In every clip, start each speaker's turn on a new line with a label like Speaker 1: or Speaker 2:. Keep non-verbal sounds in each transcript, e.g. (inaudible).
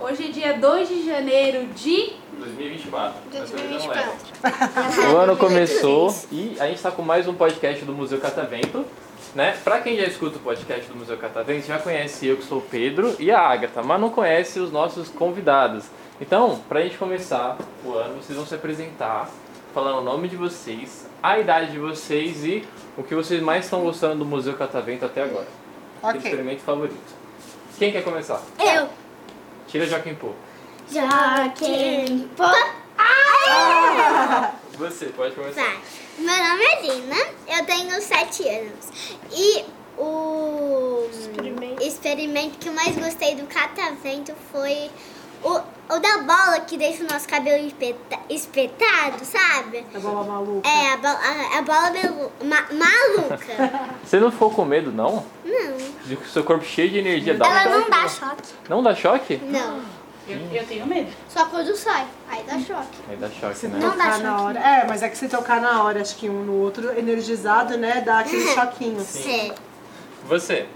Speaker 1: Hoje é dia 2 de janeiro de.
Speaker 2: 2024. Essa vez não é.
Speaker 3: 2024.
Speaker 2: O ano começou e a gente tá com mais um podcast do Museu Catavento. Né? Pra quem já escuta o podcast do Museu Catavento, já conhece eu que sou o Pedro e a Agatha, mas não conhece os nossos convidados. Então, pra gente começar o ano, vocês vão se apresentar, falar o nome de vocês, a idade de vocês e o que vocês mais estão gostando do Museu Catavento até agora.
Speaker 4: Ok.
Speaker 2: Experimento favorito. Quem quer começar?
Speaker 3: Eu.
Speaker 2: Tira Joaquim Pô.
Speaker 3: Joaquim Pô.
Speaker 2: Você, pode começar.
Speaker 3: Tá. Meu nome é Lina, eu tenho 7 anos. E o experimento. que eu mais gostei do catavento foi o, o da bola que deixa o nosso cabelo espeta- espetado, sabe?
Speaker 4: A bola maluca.
Speaker 3: É, a, bo- a, a bola melu- ma- maluca. (laughs)
Speaker 2: Você não ficou com medo, não?
Speaker 3: não.
Speaker 2: De- Seu corpo cheio de energia dá um
Speaker 3: Ela
Speaker 2: choque.
Speaker 3: não dá choque.
Speaker 2: Não dá choque?
Speaker 3: Não.
Speaker 5: Eu, eu tenho medo.
Speaker 3: Só quando sai. Aí dá choque.
Speaker 2: Aí dá choque,
Speaker 4: Se
Speaker 2: né?
Speaker 3: Não dá
Speaker 4: tocar na
Speaker 3: choque.
Speaker 4: hora. É, mas é que se tocar na hora, acho que um no outro, energizado, né? Dá
Speaker 3: Uhum.
Speaker 4: aquele choquinho.
Speaker 3: Sério.
Speaker 2: Você?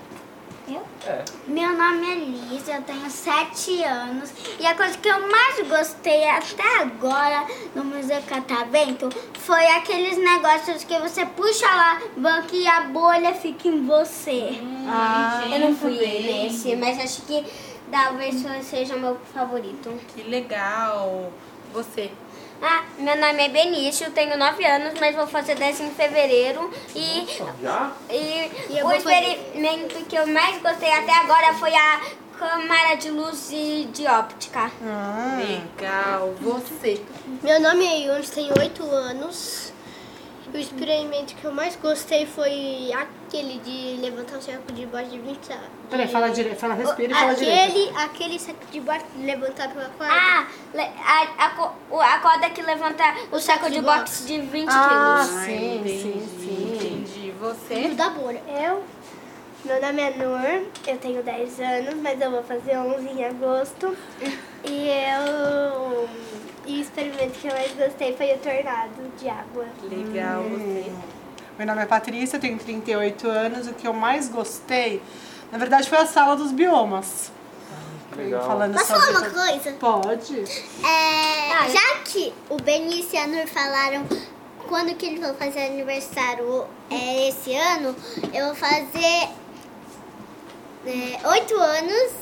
Speaker 3: Eu?
Speaker 2: É.
Speaker 3: Meu nome é Liz, eu tenho 7 anos e a coisa que eu mais gostei até agora no Museu Catavento foi aqueles negócios que você puxa lá, banca e a bolha fica em você.
Speaker 4: Ah,
Speaker 5: Gente, bem.
Speaker 3: mas acho que talvez seja o meu favorito.
Speaker 5: Que legal. Você.
Speaker 3: Ah, meu nome é Benício, tenho 9 anos, mas vou fazer 10 em fevereiro e
Speaker 2: Já?
Speaker 3: E, o experimento que eu mais gostei até agora foi a câmara de luz e de óptica.
Speaker 4: Ah.
Speaker 5: Legal. Você.
Speaker 6: Meu nome é Yunis, tenho 8 anos. E O experimento que eu mais gostei foi aquele de levantar o saco de baixo de 20 sacos.
Speaker 4: peraí, fala direito. Fala,
Speaker 3: Ah,
Speaker 4: respira e fala direito.
Speaker 6: Aquele, aquele saco de baixo levantado pela quadra.
Speaker 3: Ah, le- a, a, co- o- a corda que levanta o saco de boxe de 20
Speaker 4: Ah,
Speaker 3: quilos.
Speaker 4: sim, sim, sim.
Speaker 5: Entendi. Você.
Speaker 6: da bolha. Eu, meu nome é Nur, eu tenho 10 anos, mas eu vou fazer 11 em agosto. E eu... E o experimento que eu mais gostei foi o tornado de água.
Speaker 5: Legal.
Speaker 4: Hum.
Speaker 5: Você.
Speaker 4: Meu nome é Patrícia, eu tenho 38 anos. O que eu mais gostei, na verdade, foi a sala dos biomas.
Speaker 2: Que legal.
Speaker 4: Falando
Speaker 3: Posso
Speaker 4: sobre...
Speaker 3: falar uma coisa?
Speaker 4: Pode?
Speaker 3: É, já que o Benício e a Nur falaram quando que eles vão fazer aniversário é, esse ano, eu vou fazer é, 8 anos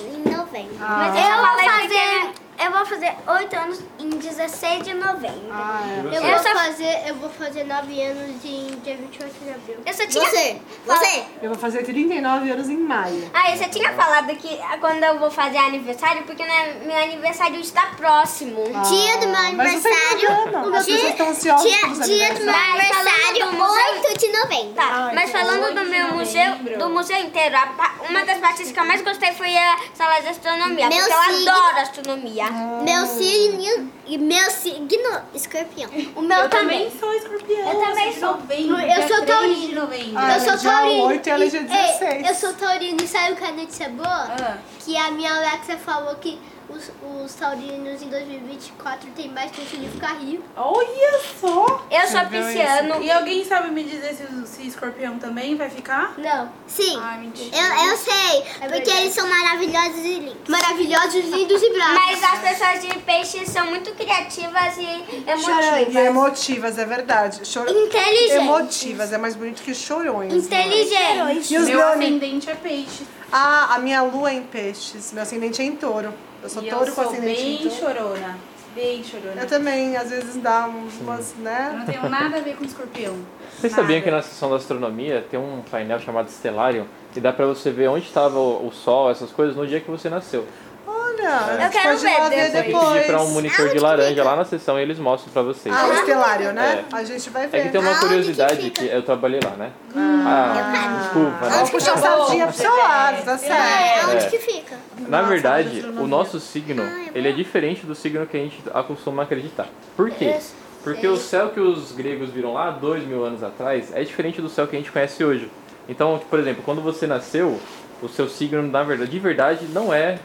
Speaker 3: em novembro.
Speaker 4: Ah.
Speaker 3: eu, vou fazer, é- eu vou fazer 8 anos em 16 de novembro.
Speaker 4: Ah,
Speaker 2: E
Speaker 4: é.
Speaker 2: você?
Speaker 6: Eu vou, fazer, eu vou fazer 9 anos em dia 28 de abril.
Speaker 3: Eu só tinha... Você, você.
Speaker 4: Eu vou fazer 39 anos em maio.
Speaker 3: Ah, eu só tinha falado que quando eu vou fazer aniversário, porque né, meu aniversário está próximo.
Speaker 6: Dia do meu
Speaker 3: Ah,
Speaker 4: Mas você tá
Speaker 6: aniversário.
Speaker 4: As pessoas estão ansiosas pelos aniversários.
Speaker 3: aniversário,
Speaker 6: 8 de novembro.
Speaker 3: Tá,
Speaker 4: Ai,
Speaker 3: mas
Speaker 4: que
Speaker 3: falando
Speaker 5: horror,
Speaker 3: do
Speaker 5: de
Speaker 3: meu museu,
Speaker 5: novembro.
Speaker 3: do museu inteiro, a pa- uma das partes que eu mais gostei foi a sala de astronomia,
Speaker 6: Meu
Speaker 3: porque eu
Speaker 6: signo-
Speaker 3: adoro astronomia.
Speaker 6: Meu signo. e Meu signo escorpião.
Speaker 3: O meu
Speaker 5: Eu também sou escorpião.
Speaker 3: Eu também
Speaker 5: de
Speaker 3: sou.
Speaker 5: Novembro,
Speaker 6: Eu
Speaker 5: dia
Speaker 6: sou
Speaker 5: 3
Speaker 6: taurina.
Speaker 5: de novembro.
Speaker 4: Ah,
Speaker 6: eu sou
Speaker 4: dia
Speaker 6: taurino.
Speaker 4: 8 e ela é dia
Speaker 6: e-
Speaker 4: 16.
Speaker 6: eu sou taurino e sabe o que a notícia é boa?
Speaker 5: Ah.
Speaker 6: Que a minha Alexa falou que os, os taurinos em 2024 tem mais chance de ficar rico.
Speaker 5: Olha só.
Speaker 3: Eu sou
Speaker 4: Você viu isso?
Speaker 3: pisciano.
Speaker 5: E alguém sabe me dizer se, se escorpião também vai ficar?
Speaker 6: Não.
Speaker 3: Sim.
Speaker 5: Ah, mentira. É
Speaker 3: Eu, eu sei,
Speaker 6: porque eles
Speaker 3: são maravilhosos e lindos.
Speaker 6: Maravilhosos, lindos e bravos.
Speaker 3: Mas as pessoas de peixe são muito criativas e
Speaker 4: E
Speaker 3: emotivas.
Speaker 4: emotivas, é verdade. Choro...
Speaker 3: Inteligentes.
Speaker 4: Emotivas, é mais bonito que chorões. né?
Speaker 6: É,
Speaker 3: Inteligentes.
Speaker 4: E os
Speaker 5: Meu
Speaker 4: leoni-
Speaker 5: ascendente é peixe.
Speaker 4: Ah, a minha lua é em peixes, meu ascendente é em touro. Eu sou
Speaker 5: e
Speaker 4: touro
Speaker 5: eu
Speaker 4: com
Speaker 5: sou
Speaker 4: ascendente
Speaker 5: bem
Speaker 4: em touro.
Speaker 5: chorona. Bem chorona.
Speaker 4: Eu também, às vezes dá uns- umas,
Speaker 5: Eu
Speaker 4: né?
Speaker 5: não tenho nada a ver com escorpião.
Speaker 2: Vocês sabiam
Speaker 5: Nada.
Speaker 2: que na sessão da astronomia tem um painel chamado Stellarium e dá pra você ver onde estava o, o sol, essas coisas, no dia que você nasceu.
Speaker 4: Olha,
Speaker 3: Eu quero
Speaker 4: pode ir lá
Speaker 3: ver
Speaker 2: Tem
Speaker 4: ver
Speaker 2: que pedir pra um
Speaker 4: depois.
Speaker 2: monitor de laranja lá na sessão e eles mostram pra vocês.
Speaker 4: Ah, o estelário, né? A gente vai
Speaker 2: É que tem
Speaker 4: ver. Ah,
Speaker 2: uma
Speaker 6: Aonde que
Speaker 2: curiosidade
Speaker 6: fica?
Speaker 2: que eu trabalhei lá, né? Ah, desculpa, né?
Speaker 4: Vamos puxar sardinha pro seu lado, tá certo?
Speaker 6: Onde
Speaker 2: É.
Speaker 6: que fica?
Speaker 2: Na
Speaker 5: Nossa, mas
Speaker 2: verdade,
Speaker 5: astronomia.
Speaker 2: o nosso signo,
Speaker 3: Ah,
Speaker 2: ele é diferente do signo que a gente acostuma acreditar. Por quê?
Speaker 3: É,
Speaker 2: Porque o céu que os gregos viram lá dois mil anos atrás é diferente do céu que a gente conhece hoje. tipo, Então, por exemplo, quando você nasceu, o seu signo, na verdade, de verdade, não é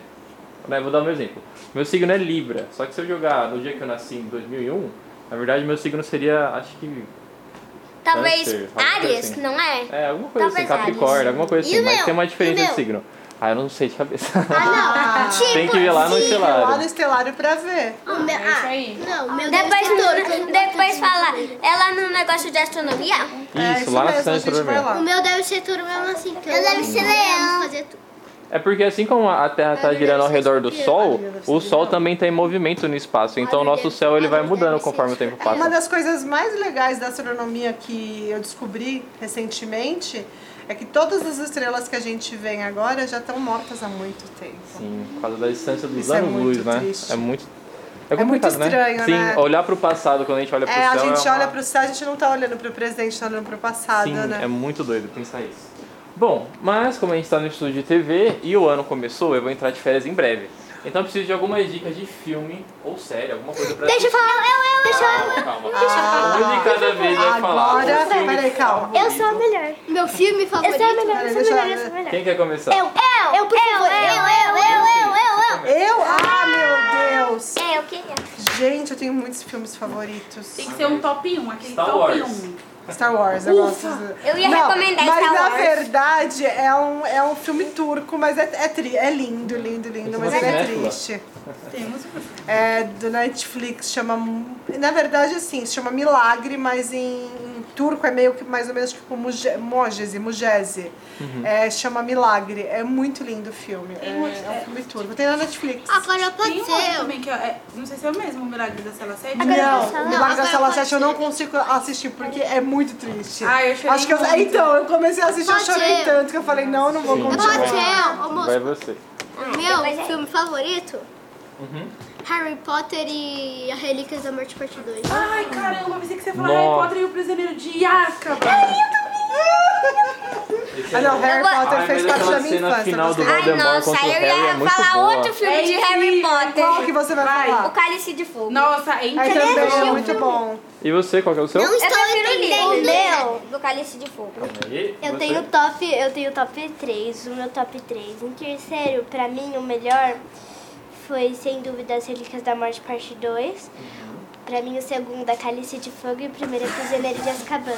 Speaker 2: né, vou dar um exemplo. Meu signo é Libra, só que se eu jogar no dia que eu nasci, em 2001, na verdade meu signo seria, acho que,
Speaker 3: Talvez
Speaker 2: Câncer, alguma coisa
Speaker 3: Áries,
Speaker 2: assim.
Speaker 3: não é?
Speaker 2: é, alguma coisa
Speaker 3: Talvez
Speaker 2: assim, Capricórnio,
Speaker 3: Ares.
Speaker 2: alguma coisa
Speaker 3: E
Speaker 2: assim,
Speaker 3: o
Speaker 2: mas
Speaker 3: meu?
Speaker 2: tem uma diferença
Speaker 3: E o
Speaker 2: de
Speaker 3: meu?
Speaker 2: signo. Ah, eu não sei de cabeça. (laughs)
Speaker 3: Ah, não. tipo,
Speaker 2: tem que ir lá no
Speaker 3: se-
Speaker 4: Lá
Speaker 2: estelário.
Speaker 4: no estelário pra ver.
Speaker 3: o meu-
Speaker 5: É isso
Speaker 3: ah,
Speaker 5: aí.
Speaker 3: Não, meu
Speaker 6: Depois,
Speaker 3: Deus
Speaker 6: tu- depois fala, é lá no negócio de astronomia?
Speaker 4: é
Speaker 2: Isso, lá na
Speaker 4: mesmo, a
Speaker 2: Santa
Speaker 4: gente vai
Speaker 2: Isabel.
Speaker 4: lá.
Speaker 3: O meu deve ser touro mesmo assim. porque Eu,
Speaker 6: Eu
Speaker 3: deve
Speaker 6: deve
Speaker 3: ser leão. Fazer tudo.
Speaker 2: É porque assim como a Terra está
Speaker 4: É,
Speaker 3: Ai, meu
Speaker 2: girando ao
Speaker 3: Deus,
Speaker 2: redor do
Speaker 3: respira.
Speaker 2: Sol,
Speaker 4: Ai, meu Deus,
Speaker 2: o Sol
Speaker 4: respira.
Speaker 2: também está em movimento no espaço. Então o
Speaker 3: meu
Speaker 2: nosso
Speaker 3: Deus,
Speaker 2: céu ele vai
Speaker 3: ai,
Speaker 2: mudando
Speaker 3: deve ser
Speaker 2: conforme o tempo
Speaker 3: isso. Ai,
Speaker 4: É, Uma
Speaker 2: passa.
Speaker 4: das coisas mais legais da astronomia que eu descobri recentemente é que todas as estrelas que a gente vê agora já estão mortas há muito tempo.
Speaker 2: Sim, por causa da distância dos
Speaker 4: Isso é
Speaker 2: anos-luz,
Speaker 4: muito
Speaker 2: né?
Speaker 4: triste.
Speaker 2: É muito
Speaker 4: É muito
Speaker 2: complicado,
Speaker 4: estranho,
Speaker 2: Sim,
Speaker 4: né?
Speaker 2: olhar para o passado quando a gente olha para o
Speaker 4: É, a
Speaker 2: céu.
Speaker 4: gente
Speaker 2: é uma...
Speaker 4: olha pro céu, a gente não tá olhando pro presente, tá olhando pro passado,
Speaker 2: Sim,
Speaker 4: né?
Speaker 2: é muito doido pensar isso. Bom, mas como a gente está no estúdio de TV e o ano começou, eu vou entrar de férias em breve. Então eu preciso de algumas dicas de filme ou série, alguma coisa pra
Speaker 3: Deixa eu falar. Eu, eu, deixa eu.
Speaker 2: Calma, calma.
Speaker 4: Ah,
Speaker 2: Um de cada vez vai falar.
Speaker 4: agora-
Speaker 2: o filme
Speaker 4: peraí, calma.
Speaker 6: Eu sou a melhor.
Speaker 1: Meu filme
Speaker 6: Eu
Speaker 1: favorito.
Speaker 6: sou a melhor, eu
Speaker 4: Peraí,
Speaker 6: sou a
Speaker 4: deixa
Speaker 6: melhor,
Speaker 4: eu-
Speaker 6: eu sou a melhor.
Speaker 2: Quem quer começar?
Speaker 6: Eu, eu, eu, por favor.
Speaker 3: Eu, eu, eu, eu, eu.
Speaker 4: Eu? Ah, meu Deus!
Speaker 6: É, eu queria.
Speaker 4: Gente, eu tenho muitos filmes favoritos.
Speaker 5: Tem que ser um top 1, aquele
Speaker 2: Star
Speaker 5: top
Speaker 2: Wars.
Speaker 5: 1.
Speaker 4: Star Wars, eu gosto.
Speaker 6: Eu ia
Speaker 4: não,
Speaker 6: recomendar
Speaker 4: mas
Speaker 6: Star
Speaker 4: na
Speaker 6: Wars.
Speaker 4: verdade é um, é um filme turco, mas é, é, tri- é lindo, lindo, lindo,
Speaker 2: Você
Speaker 4: mas
Speaker 2: é
Speaker 4: ele é
Speaker 2: cinéfila?
Speaker 4: triste.
Speaker 5: Temos. um
Speaker 4: É do Netflix, chama. Na verdade, assim, se chama Milagre, mas em, em turco é meio que mais ou menos tipo Muge- Mojese, Mujese.
Speaker 2: Uhum.
Speaker 4: É, chama Milagre. É muito lindo o filme. É, é um filme turco. Tem na Netflix.
Speaker 3: Agora
Speaker 5: Tem
Speaker 3: pode
Speaker 5: um outro
Speaker 3: ser eu.
Speaker 5: também que é. Não sei se é o mesmo, o Milagre da Sela Sede.
Speaker 6: Agora eu posso
Speaker 4: não,
Speaker 6: falar?
Speaker 4: o Milagre da
Speaker 3: Agora
Speaker 4: Sala
Speaker 3: pode
Speaker 4: 7 eu não
Speaker 3: ser.
Speaker 4: consigo assistir porque é muito triste.
Speaker 5: Ah, eu chorei
Speaker 4: Acho que eu-
Speaker 5: muito.
Speaker 4: Então, eu comecei a assistir, eu
Speaker 3: Pode
Speaker 4: chorei
Speaker 3: ser.
Speaker 4: tanto que eu falei, não, eu não vou
Speaker 2: Sim.
Speaker 3: Eu
Speaker 4: continuar.
Speaker 3: pode ser eu. Ô, moço,
Speaker 2: Vai você.
Speaker 6: Ah,
Speaker 3: o
Speaker 6: é.
Speaker 3: meu filme favorito?
Speaker 2: Uhum.
Speaker 3: Harry Potter e a Relíquias da Morte Parte 2.
Speaker 6: É
Speaker 5: Ai, caramba, pensei que você ia falar
Speaker 2: Nossa.
Speaker 5: Harry Potter e o Prisioneiro de
Speaker 6: É
Speaker 5: Azkaban.
Speaker 2: Esse
Speaker 4: Ah, não, Harry Potter
Speaker 2: Ai,
Speaker 4: fez
Speaker 2: mas
Speaker 4: parte da
Speaker 2: aquela
Speaker 4: minha
Speaker 2: cena
Speaker 4: infância.
Speaker 2: final do
Speaker 4: mas-
Speaker 6: Ai,
Speaker 2: Voldemort
Speaker 6: nossa,
Speaker 2: contra o
Speaker 6: eu
Speaker 2: Harry é
Speaker 6: ia
Speaker 2: muito
Speaker 6: falar
Speaker 2: boa.
Speaker 6: outro filme
Speaker 5: É
Speaker 6: de Harry
Speaker 5: incrível.
Speaker 4: Qual que
Speaker 6: Potter.
Speaker 4: você vai,
Speaker 5: Vai.
Speaker 6: O
Speaker 4: falar?
Speaker 6: Cálice de Fogo.
Speaker 5: Nossa, é
Speaker 4: É
Speaker 5: incrível.
Speaker 4: também, é muito bom.
Speaker 2: E você, qual que é o seu?
Speaker 3: Não
Speaker 6: Eu
Speaker 3: estou
Speaker 6: prefiro o livro.
Speaker 3: entendendo.
Speaker 6: O meu, do Cálice de Fogo.
Speaker 2: E
Speaker 6: né? Eu
Speaker 2: você?
Speaker 6: tenho top, eu tenho top 3, o meu top 3. Em terceiro, pra mim, o melhor foi, sem dúvida, As Relíquias da Morte, parte 2.
Speaker 2: Uhum.
Speaker 6: Pra mim, o segundo, A Cálice de Fogo e o primeiro, Prisioneiro de Azkaban.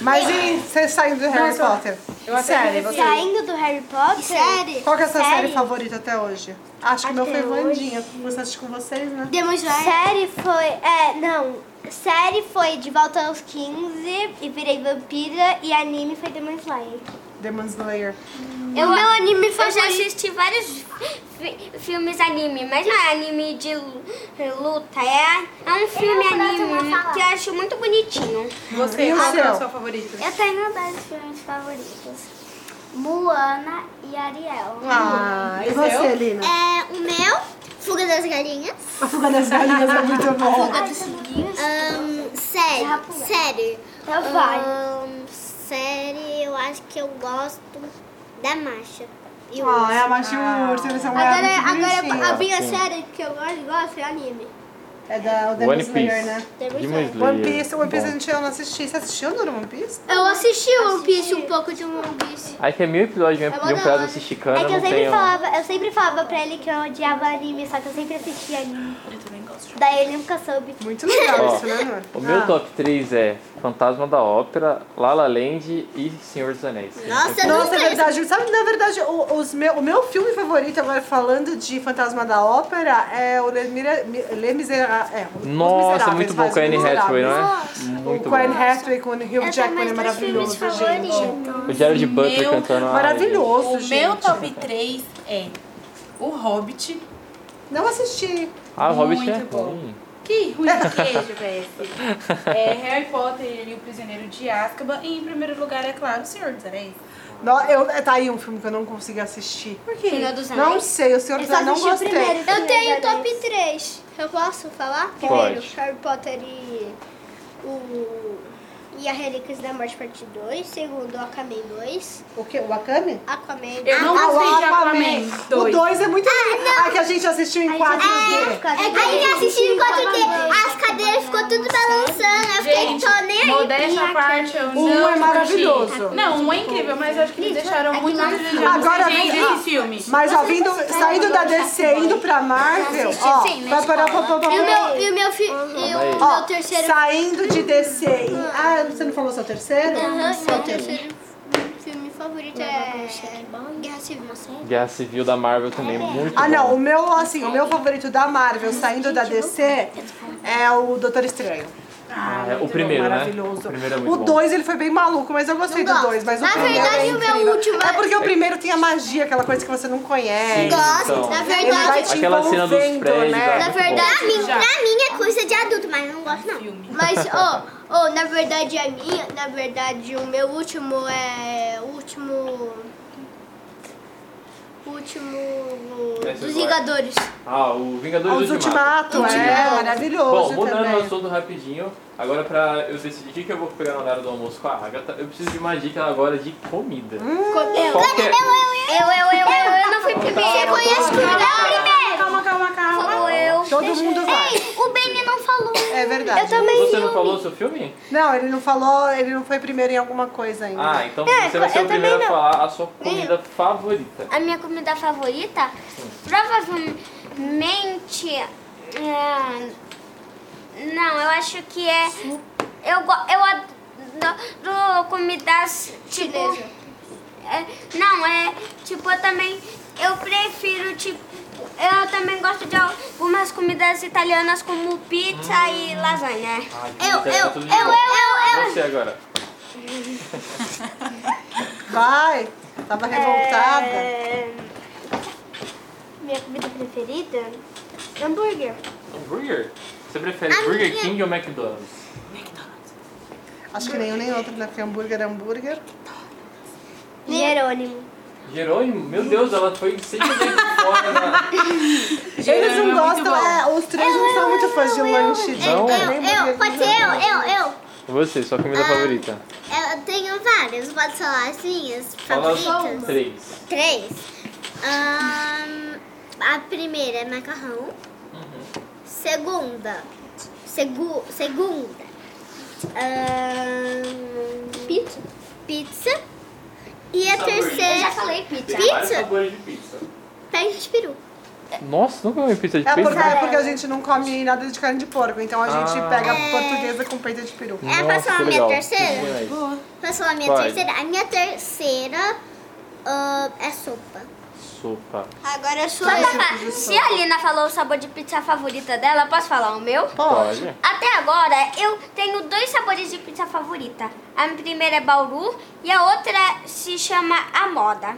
Speaker 4: Mas e você saindo do Harry Potter?
Speaker 5: eu até
Speaker 4: Série,
Speaker 5: me
Speaker 4: você.
Speaker 6: Saindo do Harry Potter...
Speaker 3: Série.
Speaker 4: Qual que é a sua série,
Speaker 6: Série?
Speaker 4: favorita até hoje? Acho que o meu
Speaker 6: Até
Speaker 4: foi Vandinha. Você assiste com vocês, né?
Speaker 3: Demon Slayer.
Speaker 6: Série foi... É, não. Série foi De Volta aos 15 e Virei Vampira e anime foi Demon Slayer.
Speaker 4: Demon Slayer.
Speaker 6: Eu, meu anime
Speaker 3: favorito-
Speaker 6: Eu já assisti vários fi- filmes anime, mas não é anime de lu- luta, é, é um filme anime que eu acho muito bonitinho.
Speaker 5: Você,
Speaker 4: E o
Speaker 5: qual que é
Speaker 4: seu?
Speaker 5: o seu favorito?
Speaker 6: Eu tenho dois filmes favoritos. Moana e Ariel.
Speaker 4: Ah, e
Speaker 5: Esse
Speaker 4: você,
Speaker 5: eu?
Speaker 4: Lina?
Speaker 3: É, o meu, Fuga das Galinhas.
Speaker 4: A Fuga das Galinhas é muito bom.
Speaker 3: Ahn, série, série.
Speaker 6: Então vai.
Speaker 3: Ahn, série, eu acho que eu gosto da Masha. E o
Speaker 4: Ah, é
Speaker 3: urso.
Speaker 4: a Machu Urso, eles são
Speaker 3: Agora,
Speaker 4: É,
Speaker 3: é
Speaker 4: muito
Speaker 3: agora a
Speaker 4: bonitinhos.
Speaker 3: minha
Speaker 2: Sim.
Speaker 3: série que eu mais gosto é anime.
Speaker 4: É da o Demon
Speaker 2: One
Speaker 4: Slayer,
Speaker 2: Piece.
Speaker 4: né?
Speaker 3: Demon
Speaker 2: Demon
Speaker 3: Slayer.
Speaker 2: Slayer.
Speaker 4: One Piece, One Piece é
Speaker 2: Bom.
Speaker 4: a gente eu não assisti. Você assistiu Dora One Piece?
Speaker 6: é.
Speaker 3: Eu assisti One Piece, um pouco de One Piece.
Speaker 2: Aí que é mil episódios de um-
Speaker 3: É mó
Speaker 2: de um
Speaker 3: da
Speaker 2: prazo
Speaker 3: hora.
Speaker 2: se esticando,
Speaker 6: É que
Speaker 2: não
Speaker 6: eu sempre
Speaker 2: tenho...
Speaker 6: falava, eu sempre falava pra ele que eu odiava anime, só que eu sempre assistia anime.
Speaker 5: Eu também gosto.
Speaker 6: Daí ele nunca soube.
Speaker 4: Muito legal
Speaker 2: Ó,
Speaker 4: isso, né, Nora?
Speaker 2: O meu
Speaker 4: Ah.
Speaker 2: top 3 é Fantasma da Ópera, La La Land e Senhor dos Anéis.
Speaker 3: Nossa, eu
Speaker 4: Nossa, é
Speaker 3: nunca
Speaker 4: verdade. Sabe, na verdade, o, os meu, o meu filme favorito, agora falando de Fantasma da Ópera, é o Les, Mira, Mi- Les Misera- é, Os
Speaker 2: Nossa,
Speaker 4: Miseráveis,
Speaker 2: muito bom
Speaker 4: vai,
Speaker 2: com a Anne
Speaker 4: Os
Speaker 2: Hathaway, não é?
Speaker 3: Nossa.
Speaker 2: Muito
Speaker 4: o Anne
Speaker 2: bom.
Speaker 4: Hathaway com o Hugh Jackman é maravilhoso, gente. Então,
Speaker 2: O Jared Butler
Speaker 5: Meu-
Speaker 2: cantando... ai,
Speaker 4: Maravilhoso,
Speaker 5: O
Speaker 4: gente.
Speaker 5: meu top 3 é O Hobbit.
Speaker 4: Não assisti.
Speaker 2: gente. Ah, o Hobbit
Speaker 5: Muito
Speaker 2: é
Speaker 5: bom.
Speaker 2: ruim.
Speaker 5: Que ruim de queijo, BS. É Harry Potter e o Prisioneiro de Azkaban. E em primeiro lugar, é claro, o Senhor dos Anéis.
Speaker 4: Não, eu, tá aí um filme que eu não consegui assistir.
Speaker 5: Por quê?
Speaker 6: Senhor dos
Speaker 4: Não
Speaker 6: Anéis.
Speaker 4: sei, o Senhor
Speaker 6: Eu
Speaker 4: dos
Speaker 6: só
Speaker 4: Anéis não
Speaker 6: assisti o
Speaker 4: gostei.
Speaker 6: primeiro.
Speaker 3: Eu tenho
Speaker 6: Verdade.
Speaker 3: top 3. Eu posso falar?
Speaker 2: Pode.
Speaker 3: Harry Potter e o e a Relíquias da Morte parte 2, segundo Aquaman 2,
Speaker 4: O quê? O Akami?
Speaker 3: Aquaman
Speaker 5: Eu não
Speaker 4: Ah, o
Speaker 5: gostei de
Speaker 4: Aquaman.
Speaker 5: Aquaman
Speaker 4: O
Speaker 5: dois.
Speaker 4: 2 é muito legal. Ah, que a gente assistiu em 4D.
Speaker 3: é, Aí eu assisti enquanto que as cadeiras ficou tudo balançando, eu fiquei
Speaker 5: Gente,
Speaker 3: tô nem
Speaker 5: Modéstia à parte, eu não.
Speaker 4: Um é
Speaker 5: curti.
Speaker 4: maravilhoso. é
Speaker 5: Não, um é incrível, mas eu acho que eles deixaram muito desejados
Speaker 4: Agora vem-
Speaker 5: desse filme.
Speaker 4: Mas ó,
Speaker 3: tá
Speaker 4: vindo, saindo da DC, indo pra Marvel, ó, vai parar pra, pra, pra,
Speaker 3: né? E o meu, e o meu, fi, e o
Speaker 2: Calma
Speaker 4: ó,
Speaker 3: meu terceiro.
Speaker 4: saindo de DC, e- ah, você não falou seu terceiro?
Speaker 3: Aham, meu terceiro filme favorito é Guerra Civil.
Speaker 2: Guerra Civil da Marvel também, muito
Speaker 4: Ah,
Speaker 2: bom.
Speaker 4: não, o meu, assim, o meu favorito da Marvel, saindo da DC, é o Doutor Estranho.
Speaker 2: Ah, é o primeiro, né?
Speaker 4: Maravilhoso.
Speaker 2: O primeiro é muito
Speaker 4: O
Speaker 2: bom.
Speaker 4: 2 ele foi bem maluco, mas eu gostei
Speaker 3: Não
Speaker 4: do
Speaker 3: gosto.
Speaker 4: 2. Mas
Speaker 3: Na
Speaker 4: o primeiro
Speaker 3: verdade,
Speaker 4: é
Speaker 3: o meu
Speaker 4: incrível.
Speaker 3: último
Speaker 4: É porque o primeiro tem a magia, aquela coisa que você não conhece.
Speaker 3: Gosto,
Speaker 2: então.
Speaker 3: na
Speaker 4: Ele vai
Speaker 3: verdade.
Speaker 4: te
Speaker 2: Aquela cena dos
Speaker 4: envolvendo,
Speaker 2: prédios,
Speaker 4: né?
Speaker 2: ah,
Speaker 3: Na
Speaker 2: muito bom.
Speaker 3: verdade, pra mim,
Speaker 5: Já.
Speaker 3: pra mim é coisa de adulto, mas eu não gosto não.
Speaker 5: Filme.
Speaker 6: Mas, ó, ó, na verdade a minha, na verdade o meu último é. O último. O último.
Speaker 2: Esse
Speaker 6: dos
Speaker 2: agora.
Speaker 6: Vingadores.
Speaker 2: Ah, o Vingadores
Speaker 4: Os Ultimato, é, maravilhoso
Speaker 2: Bom, mudando o
Speaker 4: também.
Speaker 2: assunto rapidinho, agora pra eu decidir o que que eu vou pegar no horário do almoço com a Agatha, eu preciso de uma dica agora de comida.
Speaker 4: Hum,
Speaker 2: Qual que é?
Speaker 6: Eu, eu, eu, eu, eu não fui primeiro. Você conhece
Speaker 3: É,
Speaker 5: Calma, calma, calma.
Speaker 4: Todo mundo vai.
Speaker 3: O Benny não falou.
Speaker 4: É verdade.
Speaker 2: Você não falou o seu filme?
Speaker 4: Não, ele não falou, ele não foi primeiro em alguma coisa ainda.
Speaker 2: Ah, então
Speaker 4: É,
Speaker 2: você vai ser o primeiro a falar a sua comida favorita.
Speaker 7: A minha comida favorita provavelmente. é, não, eu acho que é. Eu, go- eu adoro comidas tipo. é, não, é tipo, eu também. Eu prefiro, tipo. Eu também gosto de algumas comidas italianas como pizza e lasanha.
Speaker 2: Ah, que delícia,
Speaker 3: Eu,
Speaker 2: tá
Speaker 3: eu,
Speaker 2: tudo de
Speaker 3: eu,
Speaker 2: bom.
Speaker 4: Ah,
Speaker 3: eu, eu, eu.
Speaker 2: Você é agora.
Speaker 4: Vai! Tava
Speaker 3: É,
Speaker 4: revoltada.
Speaker 6: É, Minha comida preferida? Hambúrguer.
Speaker 2: Hambúrguer? Você prefere Burger King ou McDonald's?
Speaker 4: Acho que nenhum nem outro, né? Porque hambúrguer é hambúrguer.
Speaker 6: Jerônimo.
Speaker 2: Jerônimo, meu Deus, ela foi sempre (laughs) fora da...
Speaker 4: Eles não gostam, é, os três não são muito fãs de lanche. de
Speaker 2: Não?
Speaker 4: hambúrguer, nem
Speaker 3: Eu, eu,
Speaker 4: hambúrguer
Speaker 3: pode
Speaker 4: de
Speaker 3: ser eu, é,
Speaker 4: hambúrguer.
Speaker 3: eu, eu.
Speaker 2: Você, sua comida
Speaker 4: Ah.
Speaker 2: favorita.
Speaker 3: Eu tenho várias, pode falar as minhas
Speaker 2: Fala
Speaker 3: favoritas?
Speaker 2: três.
Speaker 3: Três. Ahn, a primeira é macarrão. Segunda. Segu, segunda. pizza. Pizza. E a
Speaker 2: Sabores.
Speaker 3: terceira.
Speaker 2: Eu já
Speaker 3: falei pizza.
Speaker 2: Tem vários
Speaker 3: Pizza?
Speaker 2: sabores de pizza.
Speaker 3: Pés de peru.
Speaker 2: Nossa, nunca comi pizza de
Speaker 4: É porque,
Speaker 2: peixe?
Speaker 4: é porque a gente não come nada de carne de porco, então a gente
Speaker 2: Ah.
Speaker 4: pega portuguesa com peito de peru.
Speaker 3: É,
Speaker 2: Nossa,
Speaker 3: posso falar
Speaker 2: que
Speaker 3: a minha
Speaker 2: legal.
Speaker 3: terceira?
Speaker 2: Demais.
Speaker 3: Posso falar a minha
Speaker 2: Vai.
Speaker 3: terceira? A minha terceira ah, é sopa.
Speaker 2: Sopa.
Speaker 6: Agora
Speaker 3: é
Speaker 6: eu sou.
Speaker 7: Só pra falar, se a Lina falou o sabor de pizza favorita dela, posso falar o meu?
Speaker 2: Pode.
Speaker 7: Até agora, eu tenho dois sabores de pizza favorita. A minha primeira é Bauru e a outra se chama A Moda.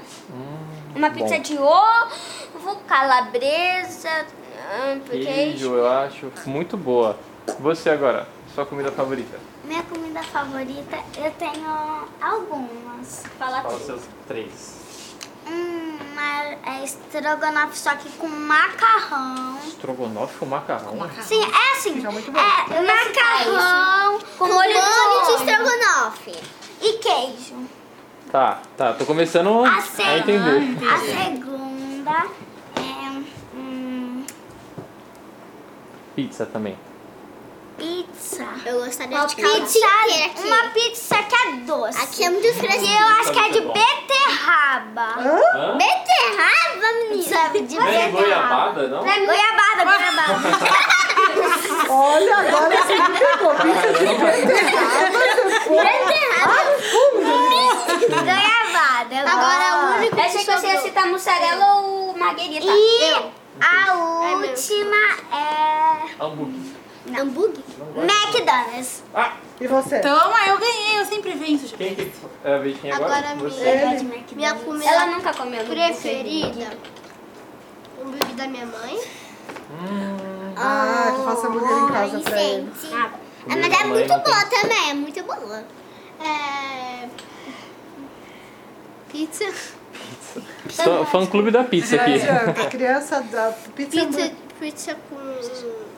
Speaker 7: Uma pizza
Speaker 2: Hum, bom.
Speaker 7: de ovo, calabresa, hum,
Speaker 2: Queijo,
Speaker 7: queijo.
Speaker 2: eu acho muito boa. Você agora, sua comida favorita?
Speaker 7: Minha comida favorita, eu tenho algumas. Fala
Speaker 2: Fala
Speaker 7: tudo.
Speaker 2: os seus três.
Speaker 7: Uma é estrogonofe, só que com macarrão.
Speaker 2: Estrogonofe com macarrão?
Speaker 7: Sim, é assim.
Speaker 4: Fica muito bom.
Speaker 7: É macarrão com molho
Speaker 3: de
Speaker 7: de
Speaker 3: estrogonofe.
Speaker 7: e queijo.
Speaker 2: Tá, tá. Tô começando
Speaker 7: A
Speaker 2: a
Speaker 7: segunda,
Speaker 2: entender.
Speaker 7: a segunda é hum,
Speaker 2: Pizza também.
Speaker 7: pizza.
Speaker 3: Eu gostaria
Speaker 7: Uma
Speaker 3: de caldo inteiro aqui.
Speaker 7: uma pizza que é doce.
Speaker 3: Aqui é muito
Speaker 7: E
Speaker 3: fresquinho.
Speaker 7: eu acho que é de
Speaker 2: Bom.
Speaker 7: beterraba.
Speaker 2: Hã?
Speaker 3: Beterraba, menina. Sabe de
Speaker 2: Não é goiabada, não?
Speaker 7: Não é goiabada, goiabada.
Speaker 3: É.
Speaker 4: Olha,
Speaker 3: (laughs)
Speaker 4: tipo. agora você me pegou. Pizza de
Speaker 7: goiabada.
Speaker 3: Agora, o único
Speaker 7: Eu achei que você ia citar mussarela ou marguerita. E a última é
Speaker 2: Hambúrguer.
Speaker 3: Hambúrguer?
Speaker 7: McDonald's.
Speaker 2: Ah,
Speaker 4: E você?
Speaker 3: Então,
Speaker 5: Toma, eu ganhei, eu sempre venço, gente.
Speaker 2: quem que é a Vitinha agora?
Speaker 3: Agora
Speaker 2: Você.
Speaker 3: Minha comida
Speaker 7: É Ela nunca comeu. não
Speaker 3: preferida. Hambúrguer da minha mãe.
Speaker 4: Ah, que faça hambúrguer em casa pra ele.
Speaker 3: Vicente.
Speaker 7: Ah,
Speaker 3: Ah, mas é muito boa também, é muito boa. É... Pizza.
Speaker 2: Fã, fã clube da pizza
Speaker 4: Não
Speaker 2: aqui.
Speaker 4: (laughs) adianta, criança da pizza. é
Speaker 3: Pizza,
Speaker 4: muito-
Speaker 3: pizza com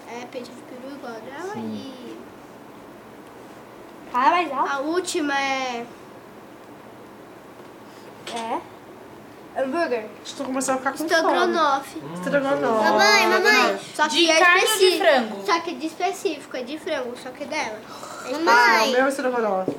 Speaker 3: é, peito de peru igual a dela. E
Speaker 7: Fala mais alto.
Speaker 3: a última é...
Speaker 7: É.
Speaker 6: Hambúrguer.
Speaker 4: Estou começando a ficar com fome.
Speaker 6: Estrogonofe.
Speaker 4: Estrogonofe.
Speaker 3: Mamãe, mamãe. Só
Speaker 5: De
Speaker 4: é
Speaker 5: carne ou de frango?
Speaker 6: é Só que de específico, é de frango, só que é dela.
Speaker 4: Ah, o
Speaker 3: Mamãe.
Speaker 4: meu é estrogonofe.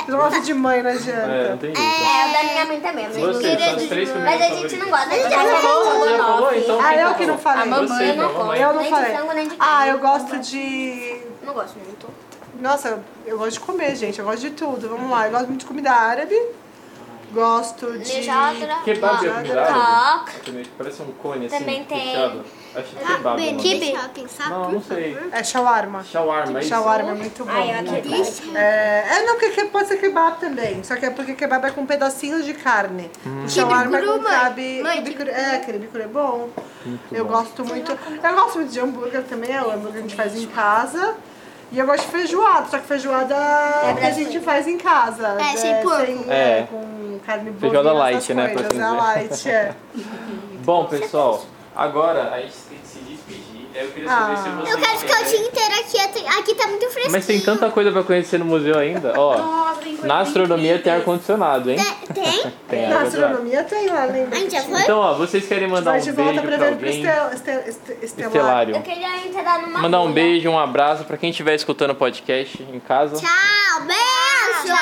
Speaker 4: Estrogonofe de mãe, né, não adianta.
Speaker 2: É, não tem jeito.
Speaker 7: É, o da minha mãe também. mas
Speaker 2: Gostei,
Speaker 7: não-
Speaker 2: são os três
Speaker 7: Mas
Speaker 2: primeiros
Speaker 7: a gente
Speaker 2: favoritos.
Speaker 7: não gosta. A gente
Speaker 2: Já falou, já falou, então
Speaker 4: Ah,
Speaker 2: quem
Speaker 4: eu que não falei.
Speaker 5: A mamãe.
Speaker 2: Você,
Speaker 5: Eu não
Speaker 2: então, mamãe.
Speaker 4: Eu não
Speaker 7: Nem de
Speaker 4: falei.
Speaker 7: frango, nem de
Speaker 4: Ah,
Speaker 7: carne.
Speaker 4: eu gosto de.
Speaker 7: Não gosto muito.
Speaker 4: Nossa, eu gosto de comer, gente. Eu gosto de tudo. Vamos lá. Eu gosto muito de comida árabe. Gosto de.
Speaker 7: Lejadra.
Speaker 2: Kebab é comida
Speaker 3: Tá.
Speaker 2: árabe?
Speaker 7: Toca.
Speaker 2: Também, Parece um cone assim,
Speaker 7: Também tem-
Speaker 2: fechado. Acho que é
Speaker 3: Tá,
Speaker 2: kebab. o nome.
Speaker 3: Shopping, sabe?
Speaker 2: Não, não sei.
Speaker 4: É shawarma.
Speaker 2: Shawarma, é isso?
Speaker 4: Shawarma é muito bom.
Speaker 7: Ai, eu adoro.
Speaker 4: É, é, não, porque que- pode ser kebab também. Só que é porque kebab é com pedacinhos de carne.
Speaker 2: Hum.
Speaker 4: O shawarma é
Speaker 6: cru,
Speaker 4: com
Speaker 6: mãe.
Speaker 4: cabe.
Speaker 6: Mãe,
Speaker 4: quibe cru- É, aquele bicuro é bom. eu gosto muito. Eu gosto muito de hambúrguer também. É o hambúrguer que a gente faz em casa. E eu gosto de feijoada, só que feijoada é que a gente faz em casa.
Speaker 3: É, sem porco.
Speaker 2: É.
Speaker 4: Com carne bovina,
Speaker 2: Feijoada light,
Speaker 4: essas
Speaker 2: né, pra assim
Speaker 4: coisas, é
Speaker 2: dizer.
Speaker 4: light, é.
Speaker 2: Bom, pessoal, agora a gente tem que se despedir. Eu queria saber
Speaker 4: Ah.
Speaker 2: se você.
Speaker 3: Eu quero ficar o dia inteiro aqui. até- Aqui tá muito fresquinho.
Speaker 2: Mas tem tanta coisa pra conhecer no museu ainda. Ó,
Speaker 5: Nossa, tem coisa
Speaker 2: na astronomia tem
Speaker 5: incrível.
Speaker 2: ar-condicionado, hein?
Speaker 3: Tem- Tem?
Speaker 2: (laughs) Tem
Speaker 4: Na
Speaker 2: ar-condicionado.
Speaker 4: astronomia tem lá,
Speaker 3: A
Speaker 4: lembra?
Speaker 3: gente já foi?
Speaker 2: Então, ó, vocês querem mandar
Speaker 4: Vai
Speaker 2: um
Speaker 4: de
Speaker 2: beijo
Speaker 4: volta
Speaker 2: pra
Speaker 4: primeiro pro
Speaker 2: alguém?
Speaker 4: estel, estel, estel, estelar.
Speaker 2: Estelário.
Speaker 7: Eu queria entrar numa
Speaker 2: Mandar um
Speaker 7: bolha.
Speaker 2: beijo, um abraço pra quem estiver escutando o podcast em casa.
Speaker 3: Tchau, beijo.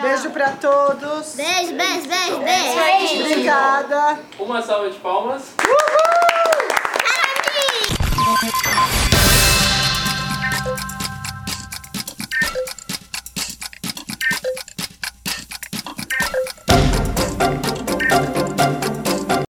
Speaker 4: Beijo pra todos.
Speaker 3: Beijo, beijo, beijo, beijo.
Speaker 4: Obrigada.
Speaker 2: Uma salva de palmas.